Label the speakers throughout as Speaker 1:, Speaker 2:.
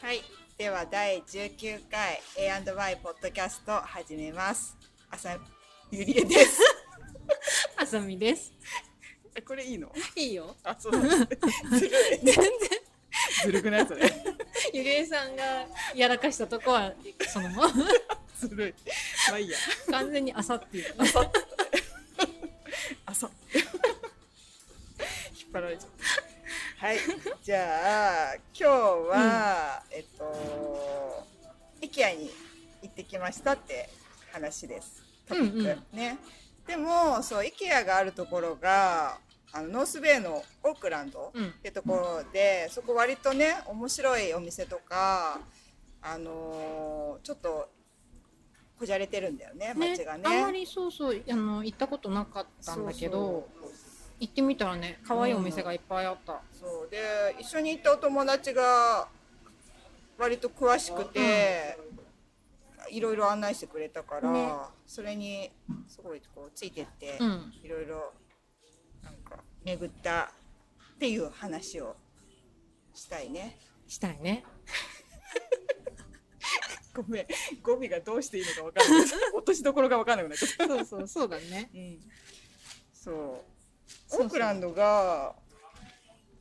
Speaker 1: はい。では、第19回 A&Y ポッドキャスト始めます。朝、ゆりえです。
Speaker 2: あさみです。
Speaker 1: え、これいいの
Speaker 2: いいよ。
Speaker 1: あ、そう なんですね。ずるい。
Speaker 2: 全然、
Speaker 1: ずるくないそれ。
Speaker 2: ゆりえさんがやらかしたとこは、その まま、
Speaker 1: ずるい。まあいいや。
Speaker 2: 完全にあさっていう。
Speaker 1: 朝。 引っ張られちゃった。はい。じゃあ、今日は、えっと、IKEA に行ってきましたって話です。トピック。
Speaker 2: うんうん
Speaker 1: ね。でも、そう、IKEA があるところが、あのノースベイのオークランド
Speaker 2: うん
Speaker 1: ってところで、そこ割とね面白いお店とかあのーちょっとこじゃれてるんだよね街がね
Speaker 2: あんまりそうそう、あの、行ったことなかったんだけど、行ってみたらね、可愛いお店がいっぱいあった。
Speaker 1: そうで一緒に行ったお友達が割と詳しくて、いろいろ案内してくれたから、
Speaker 2: ね
Speaker 1: それにすごいこうついてって、
Speaker 2: うん。
Speaker 1: いろいろなんか巡ったっていう話をしたいね。
Speaker 2: したいね。
Speaker 1: ごめん語尾がどうしていいのか分かんない 落としどころが分かんなくなっちゃった。
Speaker 2: そうそう、そうだね。
Speaker 1: うん、そう
Speaker 2: そうそう
Speaker 1: オークランドが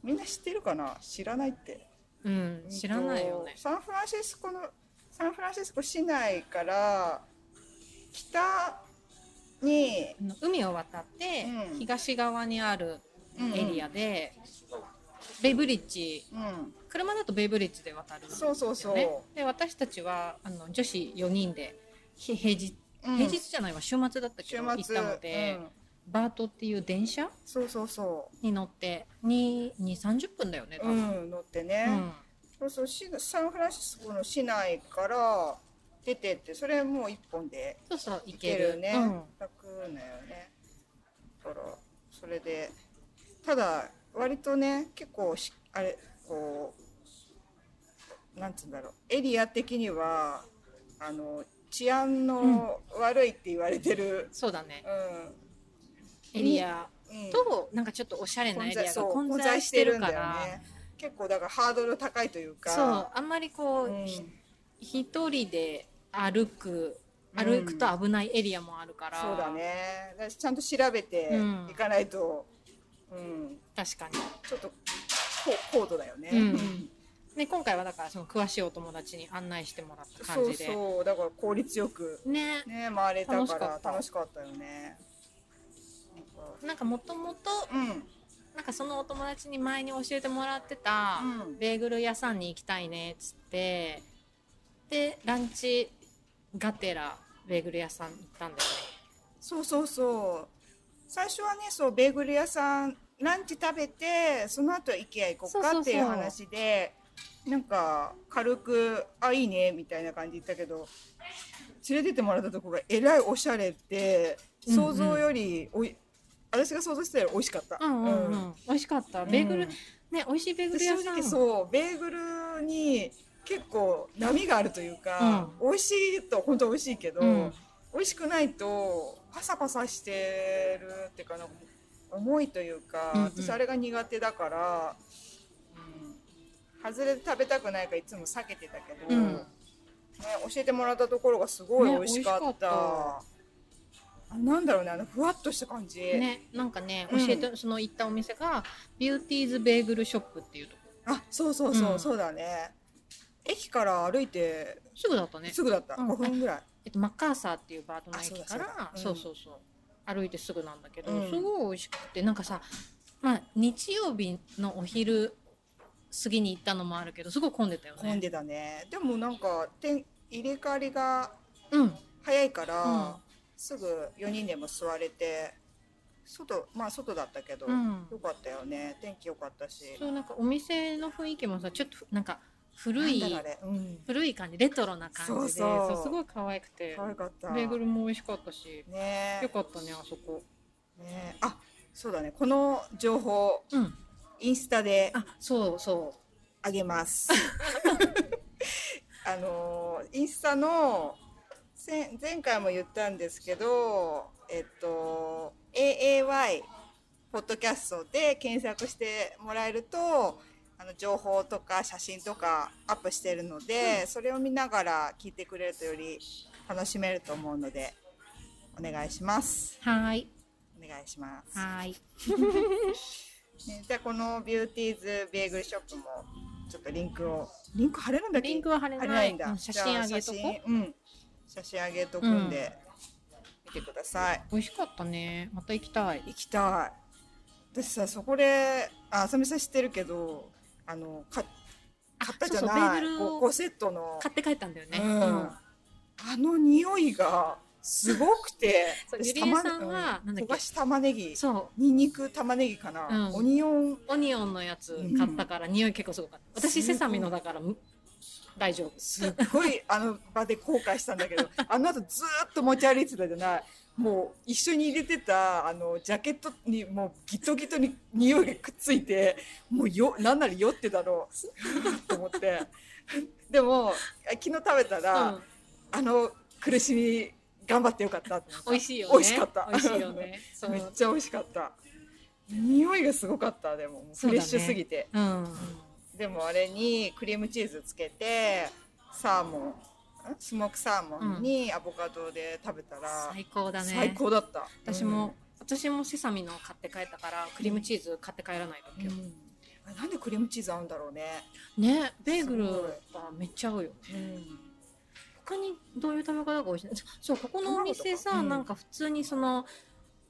Speaker 1: みんな知ってるかな知らないって
Speaker 2: うん、知らないよ
Speaker 1: えっ
Speaker 2: ね
Speaker 1: と。サンフランシスコのサンフランシスコ市内から北に
Speaker 2: あの海を渡って、
Speaker 1: うん
Speaker 2: 東側にあるエリ
Speaker 1: ア、
Speaker 2: アで、ベイブリッジ、
Speaker 1: うん、
Speaker 2: 車だとベイブリッジで渡るんですよ、ね、
Speaker 1: そうそうそう
Speaker 2: で私たちはあの女子4人でひ平日
Speaker 1: うん
Speaker 2: 平日じゃないわ週末だったけ
Speaker 1: 週
Speaker 2: ど
Speaker 1: 末
Speaker 2: 行ったので、
Speaker 1: うん、
Speaker 2: バートっていう電車
Speaker 1: そうそうそ
Speaker 2: に乗って2 2 3 0分だよね多
Speaker 1: う、
Speaker 2: 分、
Speaker 1: うん、乗ってね、
Speaker 2: うん
Speaker 1: そうそう市サンフランシスコの市内から出てってそれもう一本で
Speaker 2: そうそう行
Speaker 1: 行
Speaker 2: け
Speaker 1: け
Speaker 2: る
Speaker 1: るね、
Speaker 2: うん
Speaker 1: 楽だよねだからそれでただ割とね結構しあれこうなんつうんだろうエリア的にはあの治安の悪いって言われてる、
Speaker 2: そうだね
Speaker 1: う
Speaker 2: エリア
Speaker 1: んうん、
Speaker 2: となんかちょっとおしゃれな
Speaker 1: 混
Speaker 2: エリア
Speaker 1: 在
Speaker 2: が
Speaker 1: そう
Speaker 2: 混
Speaker 1: 混
Speaker 2: 在
Speaker 1: 在
Speaker 2: し
Speaker 1: してて
Speaker 2: る
Speaker 1: るん
Speaker 2: か
Speaker 1: だよ
Speaker 2: ら
Speaker 1: ね結構だからハードル高いというか
Speaker 2: そうあんまりこう、
Speaker 1: うん
Speaker 2: ひ一人で歩く歩くと危ないエリアもあるから、
Speaker 1: そうだねだからちゃんと調べて
Speaker 2: うん
Speaker 1: いかないと、うん
Speaker 2: 確かに
Speaker 1: ちょっとこう高度だよね、
Speaker 2: うんで今回はだからその詳しいお友達に案内してもらった感
Speaker 1: そう
Speaker 2: じで
Speaker 1: そうだから効率よく
Speaker 2: ね
Speaker 1: ね回れた
Speaker 2: 楽し
Speaker 1: か
Speaker 2: かっ
Speaker 1: ら
Speaker 2: た
Speaker 1: 楽しかったよね
Speaker 2: なんかもともと
Speaker 1: うん
Speaker 2: なんかそのお友達に前に教えてもらってた、
Speaker 1: うん
Speaker 2: ベーグル屋さんに行きたいねっつってでランチがてらベーグル屋さん行ったんだよ
Speaker 1: そうそうそう最初はねそうベーグル屋さんランチ食べてその後 IKEA 行こう
Speaker 2: そうそうそ
Speaker 1: か
Speaker 2: う
Speaker 1: っていう話でなんか軽く「あいいね」みたいな感じで言ったけど連れてってもらったとこがえらいおしゃれで
Speaker 2: うんうん
Speaker 1: 想像よりおい、私が想像してたより美味しかった。
Speaker 2: ねうんうんうん、美味しかったベーグル、
Speaker 1: うん
Speaker 2: ね美味しいベーグ
Speaker 1: 私
Speaker 2: ル屋
Speaker 1: 正
Speaker 2: さ
Speaker 1: 直
Speaker 2: ん
Speaker 1: そうベーグルに結構波があるというか、美味しいと本当美味しいけど、
Speaker 2: うん
Speaker 1: 美味しくないとパサパサしてるっていうかなんか重いというか、
Speaker 2: うんうん
Speaker 1: 私あれが苦手だから、うん、外れて食べたくないからいつも避けてたけど、
Speaker 2: うん
Speaker 1: ね、教えてもらったところがすごい
Speaker 2: ね
Speaker 1: 美味しかった,、
Speaker 2: 美味しか
Speaker 1: あなんだろうねあのふわっとした感じ、
Speaker 2: ねなんかね
Speaker 1: う
Speaker 2: 教
Speaker 1: ん
Speaker 2: えて、その行ったお店がビューティーズベーグルショップっていうとこ
Speaker 1: あそうそうそう、
Speaker 2: うん
Speaker 1: そうだね駅から歩いて
Speaker 2: すぐだったね
Speaker 1: すぐだった、
Speaker 2: うん
Speaker 1: 5分ぐらい、
Speaker 2: えっと、マッカーサーっていうバートの駅から
Speaker 1: あそ
Speaker 2: そう
Speaker 1: だそうだうん
Speaker 2: うそうそう歩いてすぐなんだけど、
Speaker 1: うん
Speaker 2: すごい美味しくてなんかさ、まあ、日曜日のお昼過ぎに行ったのもあるけどすごい混んでたよね
Speaker 1: 混んでたねでもなんか点入れ替わりが
Speaker 2: うん
Speaker 1: 早いから、
Speaker 2: うん
Speaker 1: すぐ4人でも座れて外まあ外だったけど、
Speaker 2: うん
Speaker 1: よかったよね天気よかったし
Speaker 2: そうなんかお店の雰囲気もさちょっとなんか古
Speaker 1: なん
Speaker 2: い
Speaker 1: だろうあれ、うん、
Speaker 2: 古い感じレトロな感じで
Speaker 1: そうそう
Speaker 2: すごい可愛くて
Speaker 1: 可愛かった
Speaker 2: ベーグ
Speaker 1: ル
Speaker 2: ルも美味しかったし
Speaker 1: ね
Speaker 2: よかったねあそこ
Speaker 1: ねあそうだねこの情報
Speaker 2: うん
Speaker 1: インスタで
Speaker 2: あそうそ
Speaker 1: あげ ます。あのーインスタの前前回も言ったんですけど、えっと AAY ポッドキャストで検索してもらえるとあの情報とか写真とかアップしてるので、それを見ながら聞いてくれるとより楽しめると思うのでお願いします。
Speaker 2: はーい。
Speaker 1: お願いします。
Speaker 2: はーい。
Speaker 1: ね、じゃあこのビューティーズベーグルショップもちょっとリンクをリンク貼れるんだっけ
Speaker 2: リンクは貼れ
Speaker 1: 貼
Speaker 2: ない。
Speaker 1: れないんだ、
Speaker 2: うん写真あげと
Speaker 1: じゃ
Speaker 2: こ
Speaker 1: 写。真うん写真あげとくんで、見てください
Speaker 2: 美味しかったね。また行きたい。
Speaker 1: 行きたい私さそこであさみさん知ってるけどあのか買ったじゃ
Speaker 2: あ
Speaker 1: ない
Speaker 2: そうそうベーグルを
Speaker 1: 5, セットの
Speaker 2: 買って帰ったんだよね。
Speaker 1: うんあの匂いがすごくて
Speaker 2: そう
Speaker 1: 私
Speaker 2: ゆりえさん
Speaker 1: 玉ね
Speaker 2: はなんだ
Speaker 1: う
Speaker 2: っけ
Speaker 1: ん焦がし玉ねぎ
Speaker 2: そ
Speaker 1: にんにく玉ねぎかな、
Speaker 2: うん
Speaker 1: オニオン
Speaker 2: う。オニオンのやつ買ったから、匂い結構すごかった。私
Speaker 1: すごい
Speaker 2: セサミのだからむ大丈夫。
Speaker 1: すっごいあの場で後悔したんだけど あの後ずーっと持ち歩いてたじゃないもう一緒に入れてたあのジャケットにもうギトギトに匂いがくっついてもうよなんなら酔ってたのと思ってでも昨日食べたら、
Speaker 2: うん
Speaker 1: あの苦しみ頑張ってよかったって思った
Speaker 2: 美味しいよね。
Speaker 1: 美味しかった
Speaker 2: 美味しいよね。そ う。
Speaker 1: めっちゃ美味しかった匂いがすごかったでももうフレッシュすぎて、
Speaker 2: うん。
Speaker 1: でもあれにクリームチーズつけてサーモンんスモークサーモンにアボカドで食べたら
Speaker 2: 最高だね。
Speaker 1: 最高だった
Speaker 2: 私も、私もセサミの買って帰ったからクリームチーズ買って帰らないと
Speaker 1: うん
Speaker 2: 今日、
Speaker 1: あなんでクリームチーズ合うんだろうね、
Speaker 2: ねベーグルはめっちゃ合うよ他にどういう食べ方が美味しいのそうここのお
Speaker 1: 卵と
Speaker 2: 店
Speaker 1: か
Speaker 2: さ、
Speaker 1: うん
Speaker 2: なんか普通にその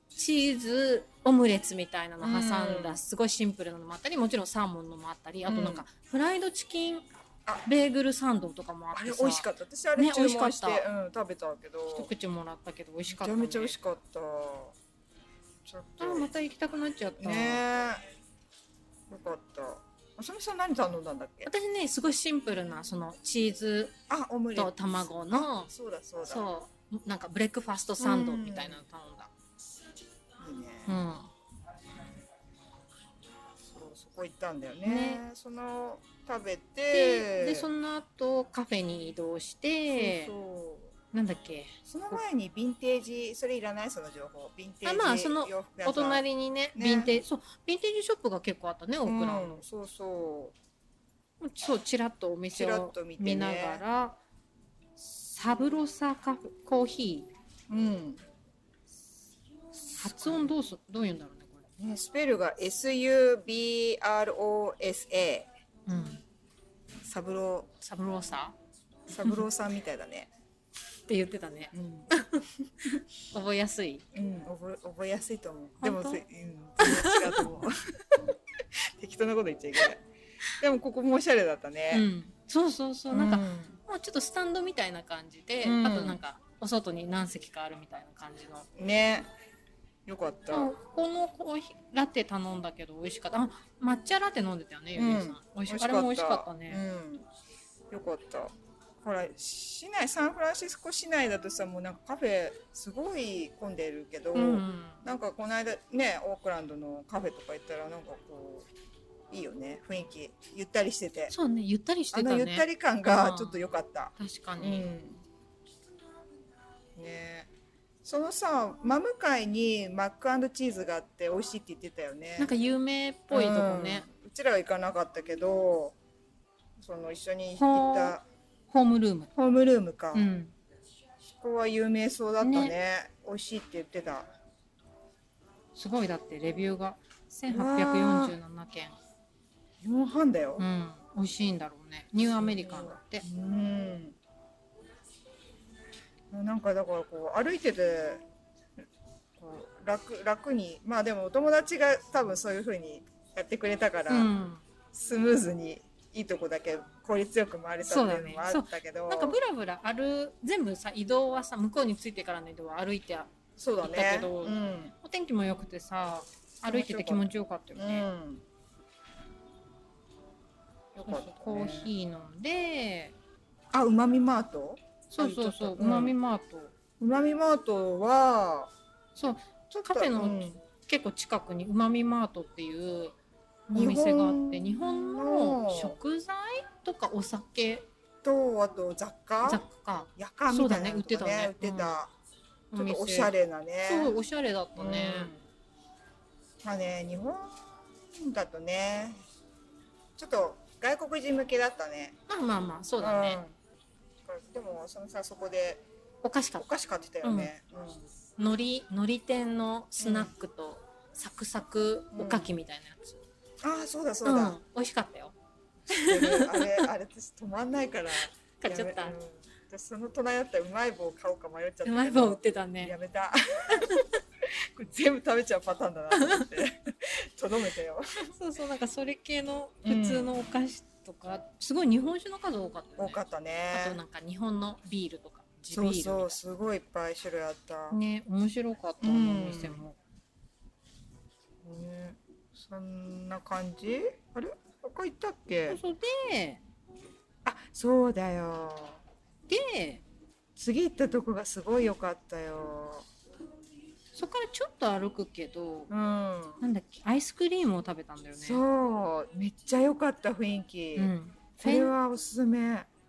Speaker 2: チーズオムレツみたいなの挟ん
Speaker 1: う
Speaker 2: だ
Speaker 1: ん
Speaker 2: すごいシンプルなのもあったりもちろんサーモンのもあったりあとなん
Speaker 1: う
Speaker 2: かフライドチキン
Speaker 1: あ
Speaker 2: ベーグルサンドとかもあっ
Speaker 1: あ
Speaker 2: て
Speaker 1: れ
Speaker 2: さ
Speaker 1: 美味しかった私あれ
Speaker 2: ね
Speaker 1: 注文して、
Speaker 2: 美味しか
Speaker 1: うん、食べたけ
Speaker 2: 一
Speaker 1: ど
Speaker 2: 口もらったけど美味しか
Speaker 1: めち
Speaker 2: った、
Speaker 1: ゃ
Speaker 2: ね、
Speaker 1: めちゃ美味しかったちょっ
Speaker 2: あ
Speaker 1: と
Speaker 2: また行きたくなっちゃった、
Speaker 1: ねえよかったあさみさん何頼んだんだっけ
Speaker 2: 私ねすごいシンプルなそのチーズ
Speaker 1: あオムレツ
Speaker 2: と卵の
Speaker 1: そうだそうだ
Speaker 2: そうなんかブレックファストサンドみたいなの頼んだ
Speaker 1: いいね、
Speaker 2: うん、
Speaker 1: そうそこ行ったんだよね
Speaker 2: ね
Speaker 1: その食べ
Speaker 2: で
Speaker 1: て
Speaker 2: でその後カフェに移動して
Speaker 1: そうそう
Speaker 2: なんだっけ
Speaker 1: その前にヴィンテージそれいらないその情報ヴィンテージ
Speaker 2: あまあその
Speaker 1: 洋服屋さん
Speaker 2: お隣にねヴ
Speaker 1: ね
Speaker 2: ィンテージそうヴィンテージショップが結構あったねオー
Speaker 1: う
Speaker 2: クランド
Speaker 1: ん、そうそう
Speaker 2: そうちらっとお店
Speaker 1: ちらっ
Speaker 2: を
Speaker 1: と見てね
Speaker 2: 見ながら、サブロサカフェコーヒー
Speaker 1: うん、
Speaker 2: 発音どうすどう言うんだろうねこ
Speaker 1: ね、スペルが SUBROSA
Speaker 2: れ、うん、
Speaker 1: サブロ
Speaker 2: サブロサ
Speaker 1: ーサブローさんみたいだ ね
Speaker 2: って言ってたね
Speaker 1: うん、
Speaker 2: 覚えやすい
Speaker 1: うん、覚え覚えやすいと思うでも
Speaker 2: 本当
Speaker 1: せ、うん、違うと 思う適当なこと言っちゃいけないでもここもおしゃれだったね、
Speaker 2: うんそうそうそうなんか、
Speaker 1: う
Speaker 2: まあ、ちょっとスタンドみたいな感じで、
Speaker 1: うん
Speaker 2: あとなんかお外に何席かあるみたいな感じの、
Speaker 1: ねよかった、
Speaker 2: ここのコーヒーラテ頼んだけど美味しかったあ抹茶ラテ飲んでたよねゆりえさん、美味しかったあれも美味しかったね、
Speaker 1: うん、よかったほら市内サンフランシスコ市内だとさもうなんかカフェすごい混んでるけど、
Speaker 2: うん
Speaker 1: なんかこの間ねオークランドのカフェとか行ったらなんかこういいよね雰囲気ゆったりしてて
Speaker 2: そうねゆったりして
Speaker 1: あ
Speaker 2: たね
Speaker 1: のゆったり感がちょっと良かった、
Speaker 2: 確か
Speaker 1: うん
Speaker 2: に、
Speaker 1: ねそのさ真向かいにマックチーズがあって美味しいって言ってたよね
Speaker 2: なんか有名っぽいとこね、
Speaker 1: うん、うちらは行かなかったけどその一緒に行った
Speaker 2: ホームルーム
Speaker 1: ホームルームか、
Speaker 2: うん
Speaker 1: そこは有名そうだったね
Speaker 2: ね
Speaker 1: 美味しいって言ってた
Speaker 2: すごいだってレビューが1847件
Speaker 1: 4半だよ
Speaker 2: うん美味しいんだろうねニューアメリカンだって
Speaker 1: うん、なんかだからこう歩いててこう楽楽にまあでもお友達が多分そういう風にやってくれたから、
Speaker 2: うん
Speaker 1: スムーズにいいとこだけ効率よく回れたっていうのもあ
Speaker 2: そうだね
Speaker 1: ったけど
Speaker 2: なんかブラブラある全部さ移動はさ向こうに着いてからの移動は歩いて
Speaker 1: そうだね
Speaker 2: だけど
Speaker 1: うん
Speaker 2: お天気も良くてさ歩いてて気持ちよかったよ
Speaker 1: う
Speaker 2: ね、
Speaker 1: ん。よかった、ね。
Speaker 2: コーヒー飲んで
Speaker 1: あ、うまみマート。
Speaker 2: そうそうそう
Speaker 1: う
Speaker 2: うんまみマート
Speaker 1: うまみマートは。
Speaker 2: そう
Speaker 1: ちょっと
Speaker 2: カフェの
Speaker 1: うん
Speaker 2: 結構近くにうまみマートっていうお
Speaker 1: 日本
Speaker 2: 店があって日本の
Speaker 1: の
Speaker 2: 食材とかお酒
Speaker 1: と、あと雑
Speaker 2: 雑
Speaker 1: 貨。
Speaker 2: 貨
Speaker 1: やかんみたいなのと
Speaker 2: そ
Speaker 1: か
Speaker 2: うだね
Speaker 1: 売
Speaker 2: 売
Speaker 1: っ
Speaker 2: っててたね
Speaker 1: た。ち
Speaker 2: お
Speaker 1: ょっ
Speaker 2: 店
Speaker 1: とおしゃれなね。
Speaker 2: そうおしゃれだった
Speaker 1: うん
Speaker 2: ね、
Speaker 1: まあね、日本だとね。ちょっと外国人向けだったね
Speaker 2: まあまあまあそうだね、
Speaker 1: うんでもそのさそこで
Speaker 2: おかしかっ
Speaker 1: お菓子買ってたよね、うん
Speaker 2: たのりのり店のスナックとサクサクおかきみたいなやつ、
Speaker 1: ああそうだそううんだ、
Speaker 2: 美味しかったよ
Speaker 1: 知ってるあれあれ私止まんないから
Speaker 2: 買っちゃった
Speaker 1: やめうん私その隣だったらうまい棒買おうか迷っちゃったけ
Speaker 2: う
Speaker 1: ど
Speaker 2: まい棒売ってたね
Speaker 1: やめたこれ全部食べちゃうパターンだなと思ってとどめたよ
Speaker 2: そうそうなんかそれ系の普通のお菓子とか、すごい日本酒の数多かったよ
Speaker 1: 多
Speaker 2: ね
Speaker 1: かった
Speaker 2: あと
Speaker 1: ね
Speaker 2: なんか日本のビールとか地ビー
Speaker 1: そう
Speaker 2: ルみたいな
Speaker 1: そうすごいいっぱい種類あった、
Speaker 2: ね面白かったあ
Speaker 1: う
Speaker 2: の
Speaker 1: ん
Speaker 2: お店も、
Speaker 1: ねそんな感じあれここ行ったっけ
Speaker 2: そうそうで
Speaker 1: あそうだよ
Speaker 2: で
Speaker 1: 次行ったとこがすごい良かったよ
Speaker 2: そこからちょっと歩くけど、
Speaker 1: うん
Speaker 2: なんだっけアイスクリームを食べたんだよね
Speaker 1: そうめっちゃ良かった雰囲気、
Speaker 2: うん、フ
Speaker 1: それ
Speaker 2: ェン
Speaker 1: はおすすめ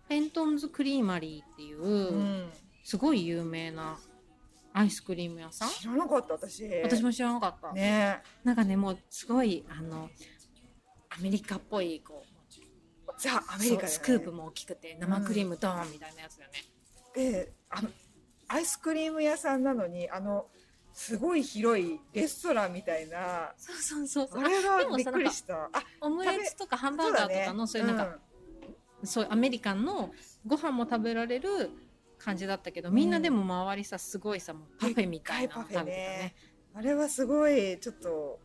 Speaker 2: フェントンズクリーマリーっていう、
Speaker 1: うん
Speaker 2: すごい有名なアイスクリーム屋さん
Speaker 1: 知らなかった私
Speaker 2: 私も知らなかった、
Speaker 1: ね
Speaker 2: なんかねもうすごいあのアメリカっぽいこう
Speaker 1: ザ・アメリカだ、ね、
Speaker 2: そうスクープも大きくて生クリームドーンみたいなやつだよね、
Speaker 1: であのアイスクリーム屋さんなのにあのすごい広いレストランみたいな
Speaker 2: そうそうそうそ
Speaker 1: あ
Speaker 2: う
Speaker 1: れ
Speaker 2: あで
Speaker 1: が
Speaker 2: も
Speaker 1: びっ
Speaker 2: さ
Speaker 1: くりしたあ
Speaker 2: オムレツとかハンバーガーとかのそう,、いうなんか、そういうアメリカンのご飯も食べられる感じだったけど、みんなでも周りさすごいさもうパフェみたいなの食べてた
Speaker 1: でっかいパフェ
Speaker 2: ね
Speaker 1: ねうんあれはすごいちょっと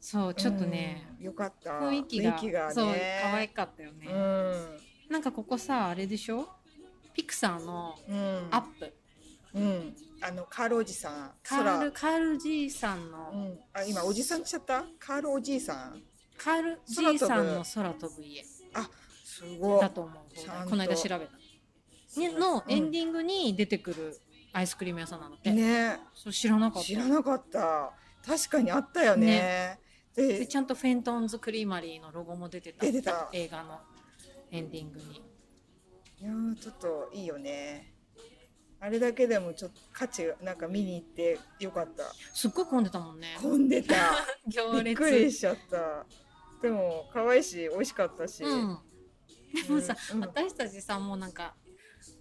Speaker 2: そうちょっとね、
Speaker 1: うんよかった
Speaker 2: 雰囲気が
Speaker 1: ね
Speaker 2: そう可愛かったよね、
Speaker 1: うん
Speaker 2: なんかここさあれでしょピクサーの
Speaker 1: うん
Speaker 2: アップ、
Speaker 1: うんあのカールおじさん
Speaker 2: カールカールじいさんの、
Speaker 1: 空うんあ今おじさん来ちゃったカールおじいさん
Speaker 2: カールじいさんの空飛ぶ家
Speaker 1: すごい
Speaker 2: だと思う
Speaker 1: ちゃんと
Speaker 2: この間調べた、ね、のエンディングに出てくるアイスクリーム屋さんなんだって、
Speaker 1: うんね
Speaker 2: そう知らなかった
Speaker 1: 知らなかった確かにあったよねで
Speaker 2: でちゃんとフェントンズ・クリーマリーのロゴも出てた
Speaker 1: 出てた
Speaker 2: 映画のエンディングに
Speaker 1: いやーちょっといいよねあれだけでもちょっと価値がなんか見に行ってよかった
Speaker 2: すっごい混んでたもんね
Speaker 1: 混んでた
Speaker 2: 行
Speaker 1: びっくり
Speaker 2: 列
Speaker 1: しちゃったでも可愛いし美味しかったし、
Speaker 2: うんでもさ、
Speaker 1: うんうん
Speaker 2: 私たちさもうなんか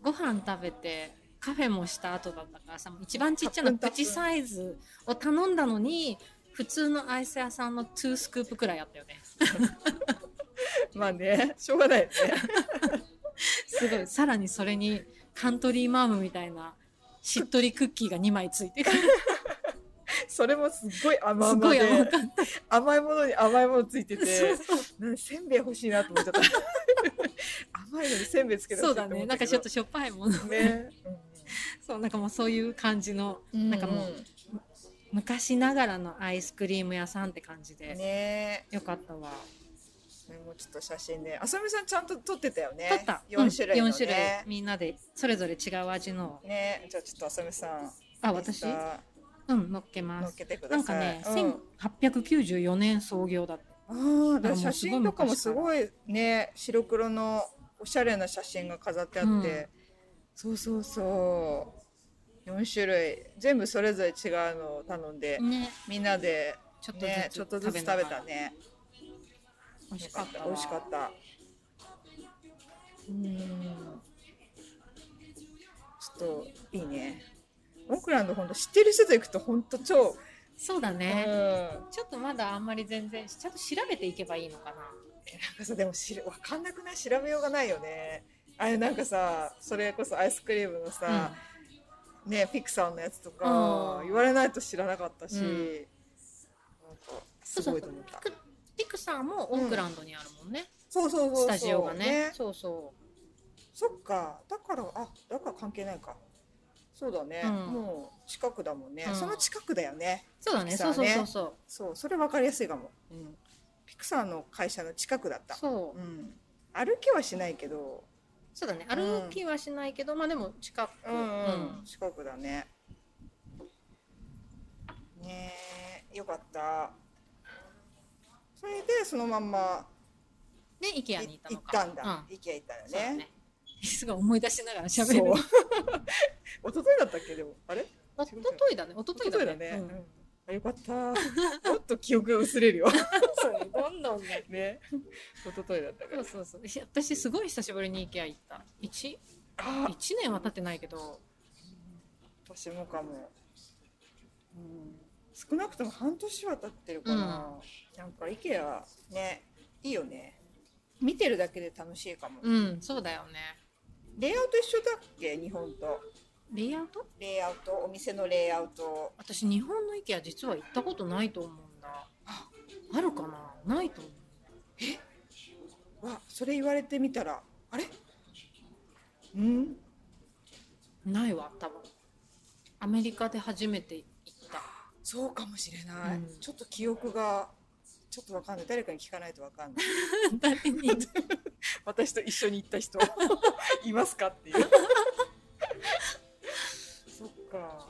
Speaker 2: ご飯食べてカフェもした後だったからさもう一番ちっちゃ
Speaker 1: た
Speaker 2: な
Speaker 1: っぷんたっぷ
Speaker 2: 口
Speaker 1: ん
Speaker 2: サイズを頼んだのに普通のアイス屋さんの2スクープくらいあったよね
Speaker 1: まあねしょうがないよね
Speaker 2: すごいさらにそれにカントリーマームみたいなしっとりクッキーが2枚ついてくる
Speaker 1: それもすっごい甘
Speaker 2: す
Speaker 1: 々
Speaker 2: ごい
Speaker 1: で
Speaker 2: 甘かっ
Speaker 1: 甘いものに甘いものついて
Speaker 2: た
Speaker 1: て
Speaker 2: そうそう
Speaker 1: なんかせんべい欲しいなと思 っちゃった甘いのにせんべいつけてほし
Speaker 2: そう
Speaker 1: いと
Speaker 2: だ
Speaker 1: 思
Speaker 2: ね
Speaker 1: っ
Speaker 2: な
Speaker 1: た
Speaker 2: んか
Speaker 1: け
Speaker 2: ちょ
Speaker 1: ど
Speaker 2: っとしょっぱいもの
Speaker 1: ね、
Speaker 2: そうなんかもうそういう感じの
Speaker 1: うん
Speaker 2: なんかもう昔ながらのアイスクリーム屋さんって感じで、
Speaker 1: ね
Speaker 2: よかったわ
Speaker 1: それもちょっと写真ねあさみさんちゃんと撮ってたよね
Speaker 2: 撮った
Speaker 1: 4種類のね、
Speaker 2: うん四種類みんなでそれぞれ違う味のを
Speaker 1: ねじゃあちょっとあさみさん
Speaker 2: あ
Speaker 1: インス
Speaker 2: 私
Speaker 1: タ乗
Speaker 2: うん乗っけま
Speaker 1: っ
Speaker 2: す
Speaker 1: けてく
Speaker 2: な
Speaker 1: だ
Speaker 2: んか
Speaker 1: さい
Speaker 2: ね、1894年創業だって
Speaker 1: うん、ああだから
Speaker 2: なんか
Speaker 1: 写
Speaker 2: もうすご
Speaker 1: 真
Speaker 2: い
Speaker 1: とかもすごいね白黒のおしゃれな写真が飾ってあって、
Speaker 2: うん
Speaker 1: そうそうそう4種類全部それぞれ違うのを頼んで、
Speaker 2: ね
Speaker 1: みんなで、
Speaker 2: ちょっとずつ,、
Speaker 1: ね、ちょっとずつ食べたね
Speaker 2: 美味し
Speaker 1: よ
Speaker 2: か
Speaker 1: か
Speaker 2: っ
Speaker 1: ったた
Speaker 2: わ
Speaker 1: 美味しかったうんちょっといいねオークランド本当知ってる人と行くと本当超、
Speaker 2: そうだね、
Speaker 1: うん
Speaker 2: ちょっとまだあんまり全然ちゃんと調べていけばいいのかな
Speaker 1: なんかさでも知るわかんなくない調べようがないよねあれなんかさそれこそアイスクリームのさ、ねピクサーのやつとか
Speaker 2: うん
Speaker 1: 言われないと知らなかったし、
Speaker 2: うん
Speaker 1: なんかすごいと思った
Speaker 2: ピクピクサーもオークランドにあるもんね、
Speaker 1: そうそうそうそう
Speaker 2: スタジオがねそうそ
Speaker 1: そっかだからあだから関係ないかそうだね、
Speaker 2: うん
Speaker 1: もう近くだもんね、
Speaker 2: うん
Speaker 1: その近くだよね
Speaker 2: うそうだ
Speaker 1: ピ
Speaker 2: ね
Speaker 1: クサ
Speaker 2: そ
Speaker 1: ー
Speaker 2: う
Speaker 1: ね
Speaker 2: そうそうそう
Speaker 1: そうそれ分かりやすいかも、うん、ピクサーの会社の近くだった
Speaker 2: そう
Speaker 1: うん、歩きはしないけど
Speaker 2: そうだね
Speaker 1: うん
Speaker 2: 歩きはしないけど、まあでも近く、うん
Speaker 1: 四国だね。ねえ、よかった。それでそのまんま
Speaker 2: で IKEA
Speaker 1: い
Speaker 2: に行った
Speaker 1: 行
Speaker 2: の
Speaker 1: っ
Speaker 2: か
Speaker 1: たんだ。
Speaker 2: うん
Speaker 1: 行きゃ行ったん
Speaker 2: そう
Speaker 1: だ
Speaker 2: だ
Speaker 1: よ
Speaker 2: ね
Speaker 1: ね。
Speaker 2: すごい思い出しながら
Speaker 1: そう
Speaker 2: 喋 る。
Speaker 1: 一昨日だったっけでもあれ？
Speaker 2: おとといだね。おと
Speaker 1: 一
Speaker 2: とい
Speaker 1: 昨
Speaker 2: だ
Speaker 1: 日
Speaker 2: ね。
Speaker 1: だね。
Speaker 2: うん
Speaker 1: うんあよかったもっと記憶が薄れるよ
Speaker 2: そうねどんどん ね
Speaker 1: ね一昨日だったか
Speaker 2: そ
Speaker 1: ら
Speaker 2: うそうそうし私すごい久しぶりに IKEA 行った一
Speaker 1: あ
Speaker 2: 一年は経ってないけど
Speaker 1: 私もかも、うん、少なくとも半年は経ってるかな、なんか IKEA ねいいよね見てるだけで楽しいかも、
Speaker 2: うんそうだよね
Speaker 1: レイアウト一緒だっけ日本と
Speaker 2: レイアウト
Speaker 1: レイアウトお店のレイアウト
Speaker 2: 私日本の IKEA 実は行ったことないと思うんだああるかなないと思う
Speaker 1: わそれ言われてみたらあれうん
Speaker 2: ないわ多分アメリカで初めて行 った
Speaker 1: そうかもしれない、
Speaker 2: うん
Speaker 1: ちょっと記憶がちょっとわかんない誰かに聞かないとわかんない
Speaker 2: 誰に
Speaker 1: 私と一緒に行った 人いますか っていうそっか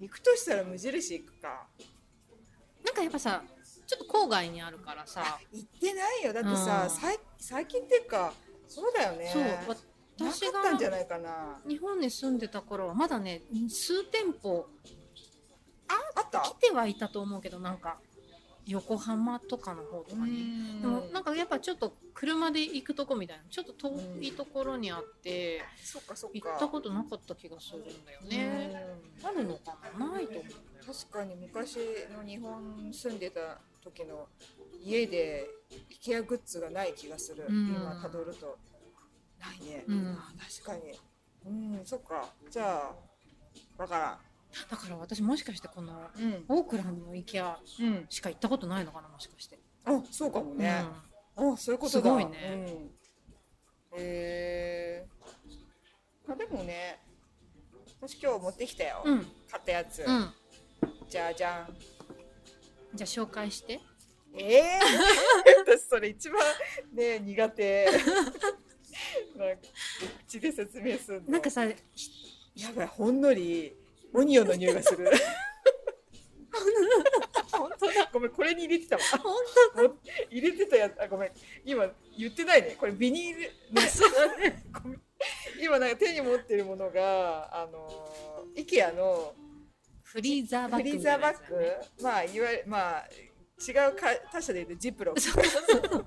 Speaker 1: 行くとしたら無印行くか
Speaker 2: なんかやっぱさちょっと郊外にあるからさ、
Speaker 1: 行ってないよだってさ、
Speaker 2: うん
Speaker 1: さい最近っていうかそうだよね
Speaker 2: そう
Speaker 1: な
Speaker 2: 私
Speaker 1: かったんじゃ
Speaker 2: が
Speaker 1: ないかな
Speaker 2: 日本に住んでた頃はまだね数店舗
Speaker 1: あった
Speaker 2: 来てはいたと思うけどなんか横浜とかの方とかに、でもなん
Speaker 1: か
Speaker 2: かやっぱちょっと車で行くとこみたいなちょっと遠いところにあって、
Speaker 1: そっかそっ
Speaker 2: 行
Speaker 1: か
Speaker 2: ったことなかった気がするんだよね、
Speaker 1: うん
Speaker 2: あるのかなないと思う
Speaker 1: 確かに昔の日本住んでた時の家で IKEA グッズがない気がする、
Speaker 2: うん
Speaker 1: 今たどるとないね、
Speaker 2: うん
Speaker 1: あ確かにうんそっかじゃあわか
Speaker 2: だから私もしかしてこの
Speaker 1: らんうん
Speaker 2: オークランドの IKEA
Speaker 1: うん
Speaker 2: しか行ったことないのかなもしかして、
Speaker 1: あそうかもね、あそういうことだ
Speaker 2: すごいね
Speaker 1: うん、えー、まあでもね私今日持ってきたよ、
Speaker 2: うん、うん
Speaker 1: 買ったやつ、
Speaker 2: うん
Speaker 1: じゃじゃん
Speaker 2: じゃあ紹介して
Speaker 1: ええ私それ一番ね苦 手なんか口で説明するの
Speaker 2: なんかさほん
Speaker 1: やばいほんのりオニオンの匂いがする
Speaker 2: 本当だ
Speaker 1: ごめんこれに入れてたわ
Speaker 2: 本
Speaker 1: 入れてたやつあごめん今言ってないねこれビニール、ね、 ごめん今なんか手に持ってるものがあの IKEA の
Speaker 2: フリーザーバッ
Speaker 1: フ
Speaker 2: グ
Speaker 1: リー
Speaker 2: み
Speaker 1: ザー
Speaker 2: たいな
Speaker 1: バ
Speaker 2: や
Speaker 1: ッ
Speaker 2: つだ
Speaker 1: グ、
Speaker 2: よね
Speaker 1: まあいわゆるまあ違うか他社で言うとジップロック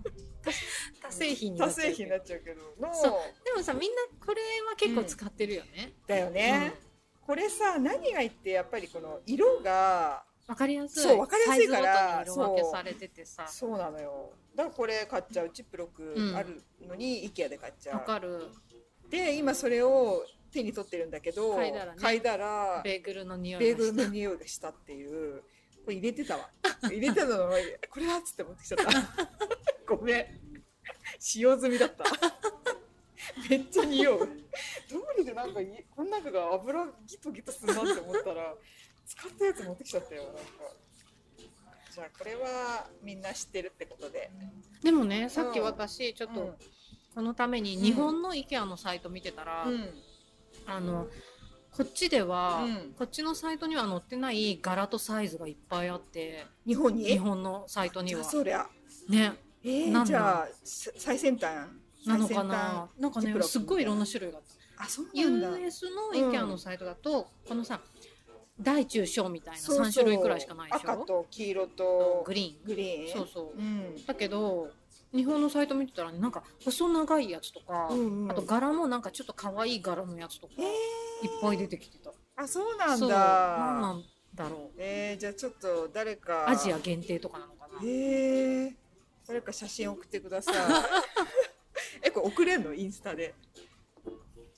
Speaker 2: 他製品にな
Speaker 1: 他
Speaker 2: っちゃう
Speaker 1: 製
Speaker 2: けど
Speaker 1: 品になっちゃうけどの
Speaker 2: そうでもさみんなこれは結構使ってるよね
Speaker 1: だよね、
Speaker 2: うん
Speaker 1: これさ何がいいってやっぱりこの色が
Speaker 2: わかりやすい
Speaker 1: そうわかりやすいから
Speaker 2: サイズごとに色分けされててさ
Speaker 1: そうなのよだからこれ買っちゃうチップロッ
Speaker 2: う
Speaker 1: ク
Speaker 2: ん
Speaker 1: あるのに IKEA で買っちゃ
Speaker 2: わ
Speaker 1: う、
Speaker 2: かる
Speaker 1: で今それを手に取ってるんだけど
Speaker 2: 嗅いだらね
Speaker 1: 嗅いだら
Speaker 2: ベーグルの匂
Speaker 1: ベ
Speaker 2: い
Speaker 1: ー
Speaker 2: が
Speaker 1: グル
Speaker 2: し
Speaker 1: の匂いがしたっていうこれ入れてたわ入れてたのはこれはっつって持ってきちゃった ごめん使用済みだっためっちゃ匂うどうりでなんかいこの中が油ギトギトするなって思ったら使ったやつ持ってきちゃったよなんかじゃあこれはみんな知ってるってことで
Speaker 2: でもねさっき私ちょっ
Speaker 1: う
Speaker 2: と
Speaker 1: ん
Speaker 2: このために日本の IKEA のサイト見てたら、あのこっちでは、
Speaker 1: うん
Speaker 2: こっちのサイトには載ってない柄とサイズがいっぱいあって
Speaker 1: 日本に
Speaker 2: 日本のサイトに
Speaker 1: じゃ
Speaker 2: は
Speaker 1: あそりゃ
Speaker 2: ね
Speaker 1: えー
Speaker 2: なんだ
Speaker 1: じゃあさ最先端
Speaker 2: なの
Speaker 1: 最
Speaker 2: か
Speaker 1: 先端
Speaker 2: ななんか
Speaker 1: ジップロッ
Speaker 2: ね
Speaker 1: ク
Speaker 2: すっごいいろんな種類があった
Speaker 1: あそうなんだ
Speaker 2: US の
Speaker 1: うん
Speaker 2: IKEA のサイトだと、このさ大中小みたいな
Speaker 1: そうそう
Speaker 2: 3種類くらいしかないでしょ
Speaker 1: 赤と黄色と
Speaker 2: グリーン
Speaker 1: グリーン
Speaker 2: そうそう
Speaker 1: うん
Speaker 2: だけど日本のサイト見てたらねなんか細長いやつとか、
Speaker 1: うんうん
Speaker 2: あと柄もなんかちょっと可愛い柄のやつとか、
Speaker 1: えー
Speaker 2: いっぱい出てきてた
Speaker 1: あそうなん
Speaker 2: そうなんな
Speaker 1: だ
Speaker 2: んだろう
Speaker 1: えー、じゃあちょっと誰か
Speaker 2: アジア限定とかなのかな
Speaker 1: えー、誰か写真送ってくだ さいえこれ送れんのインスタで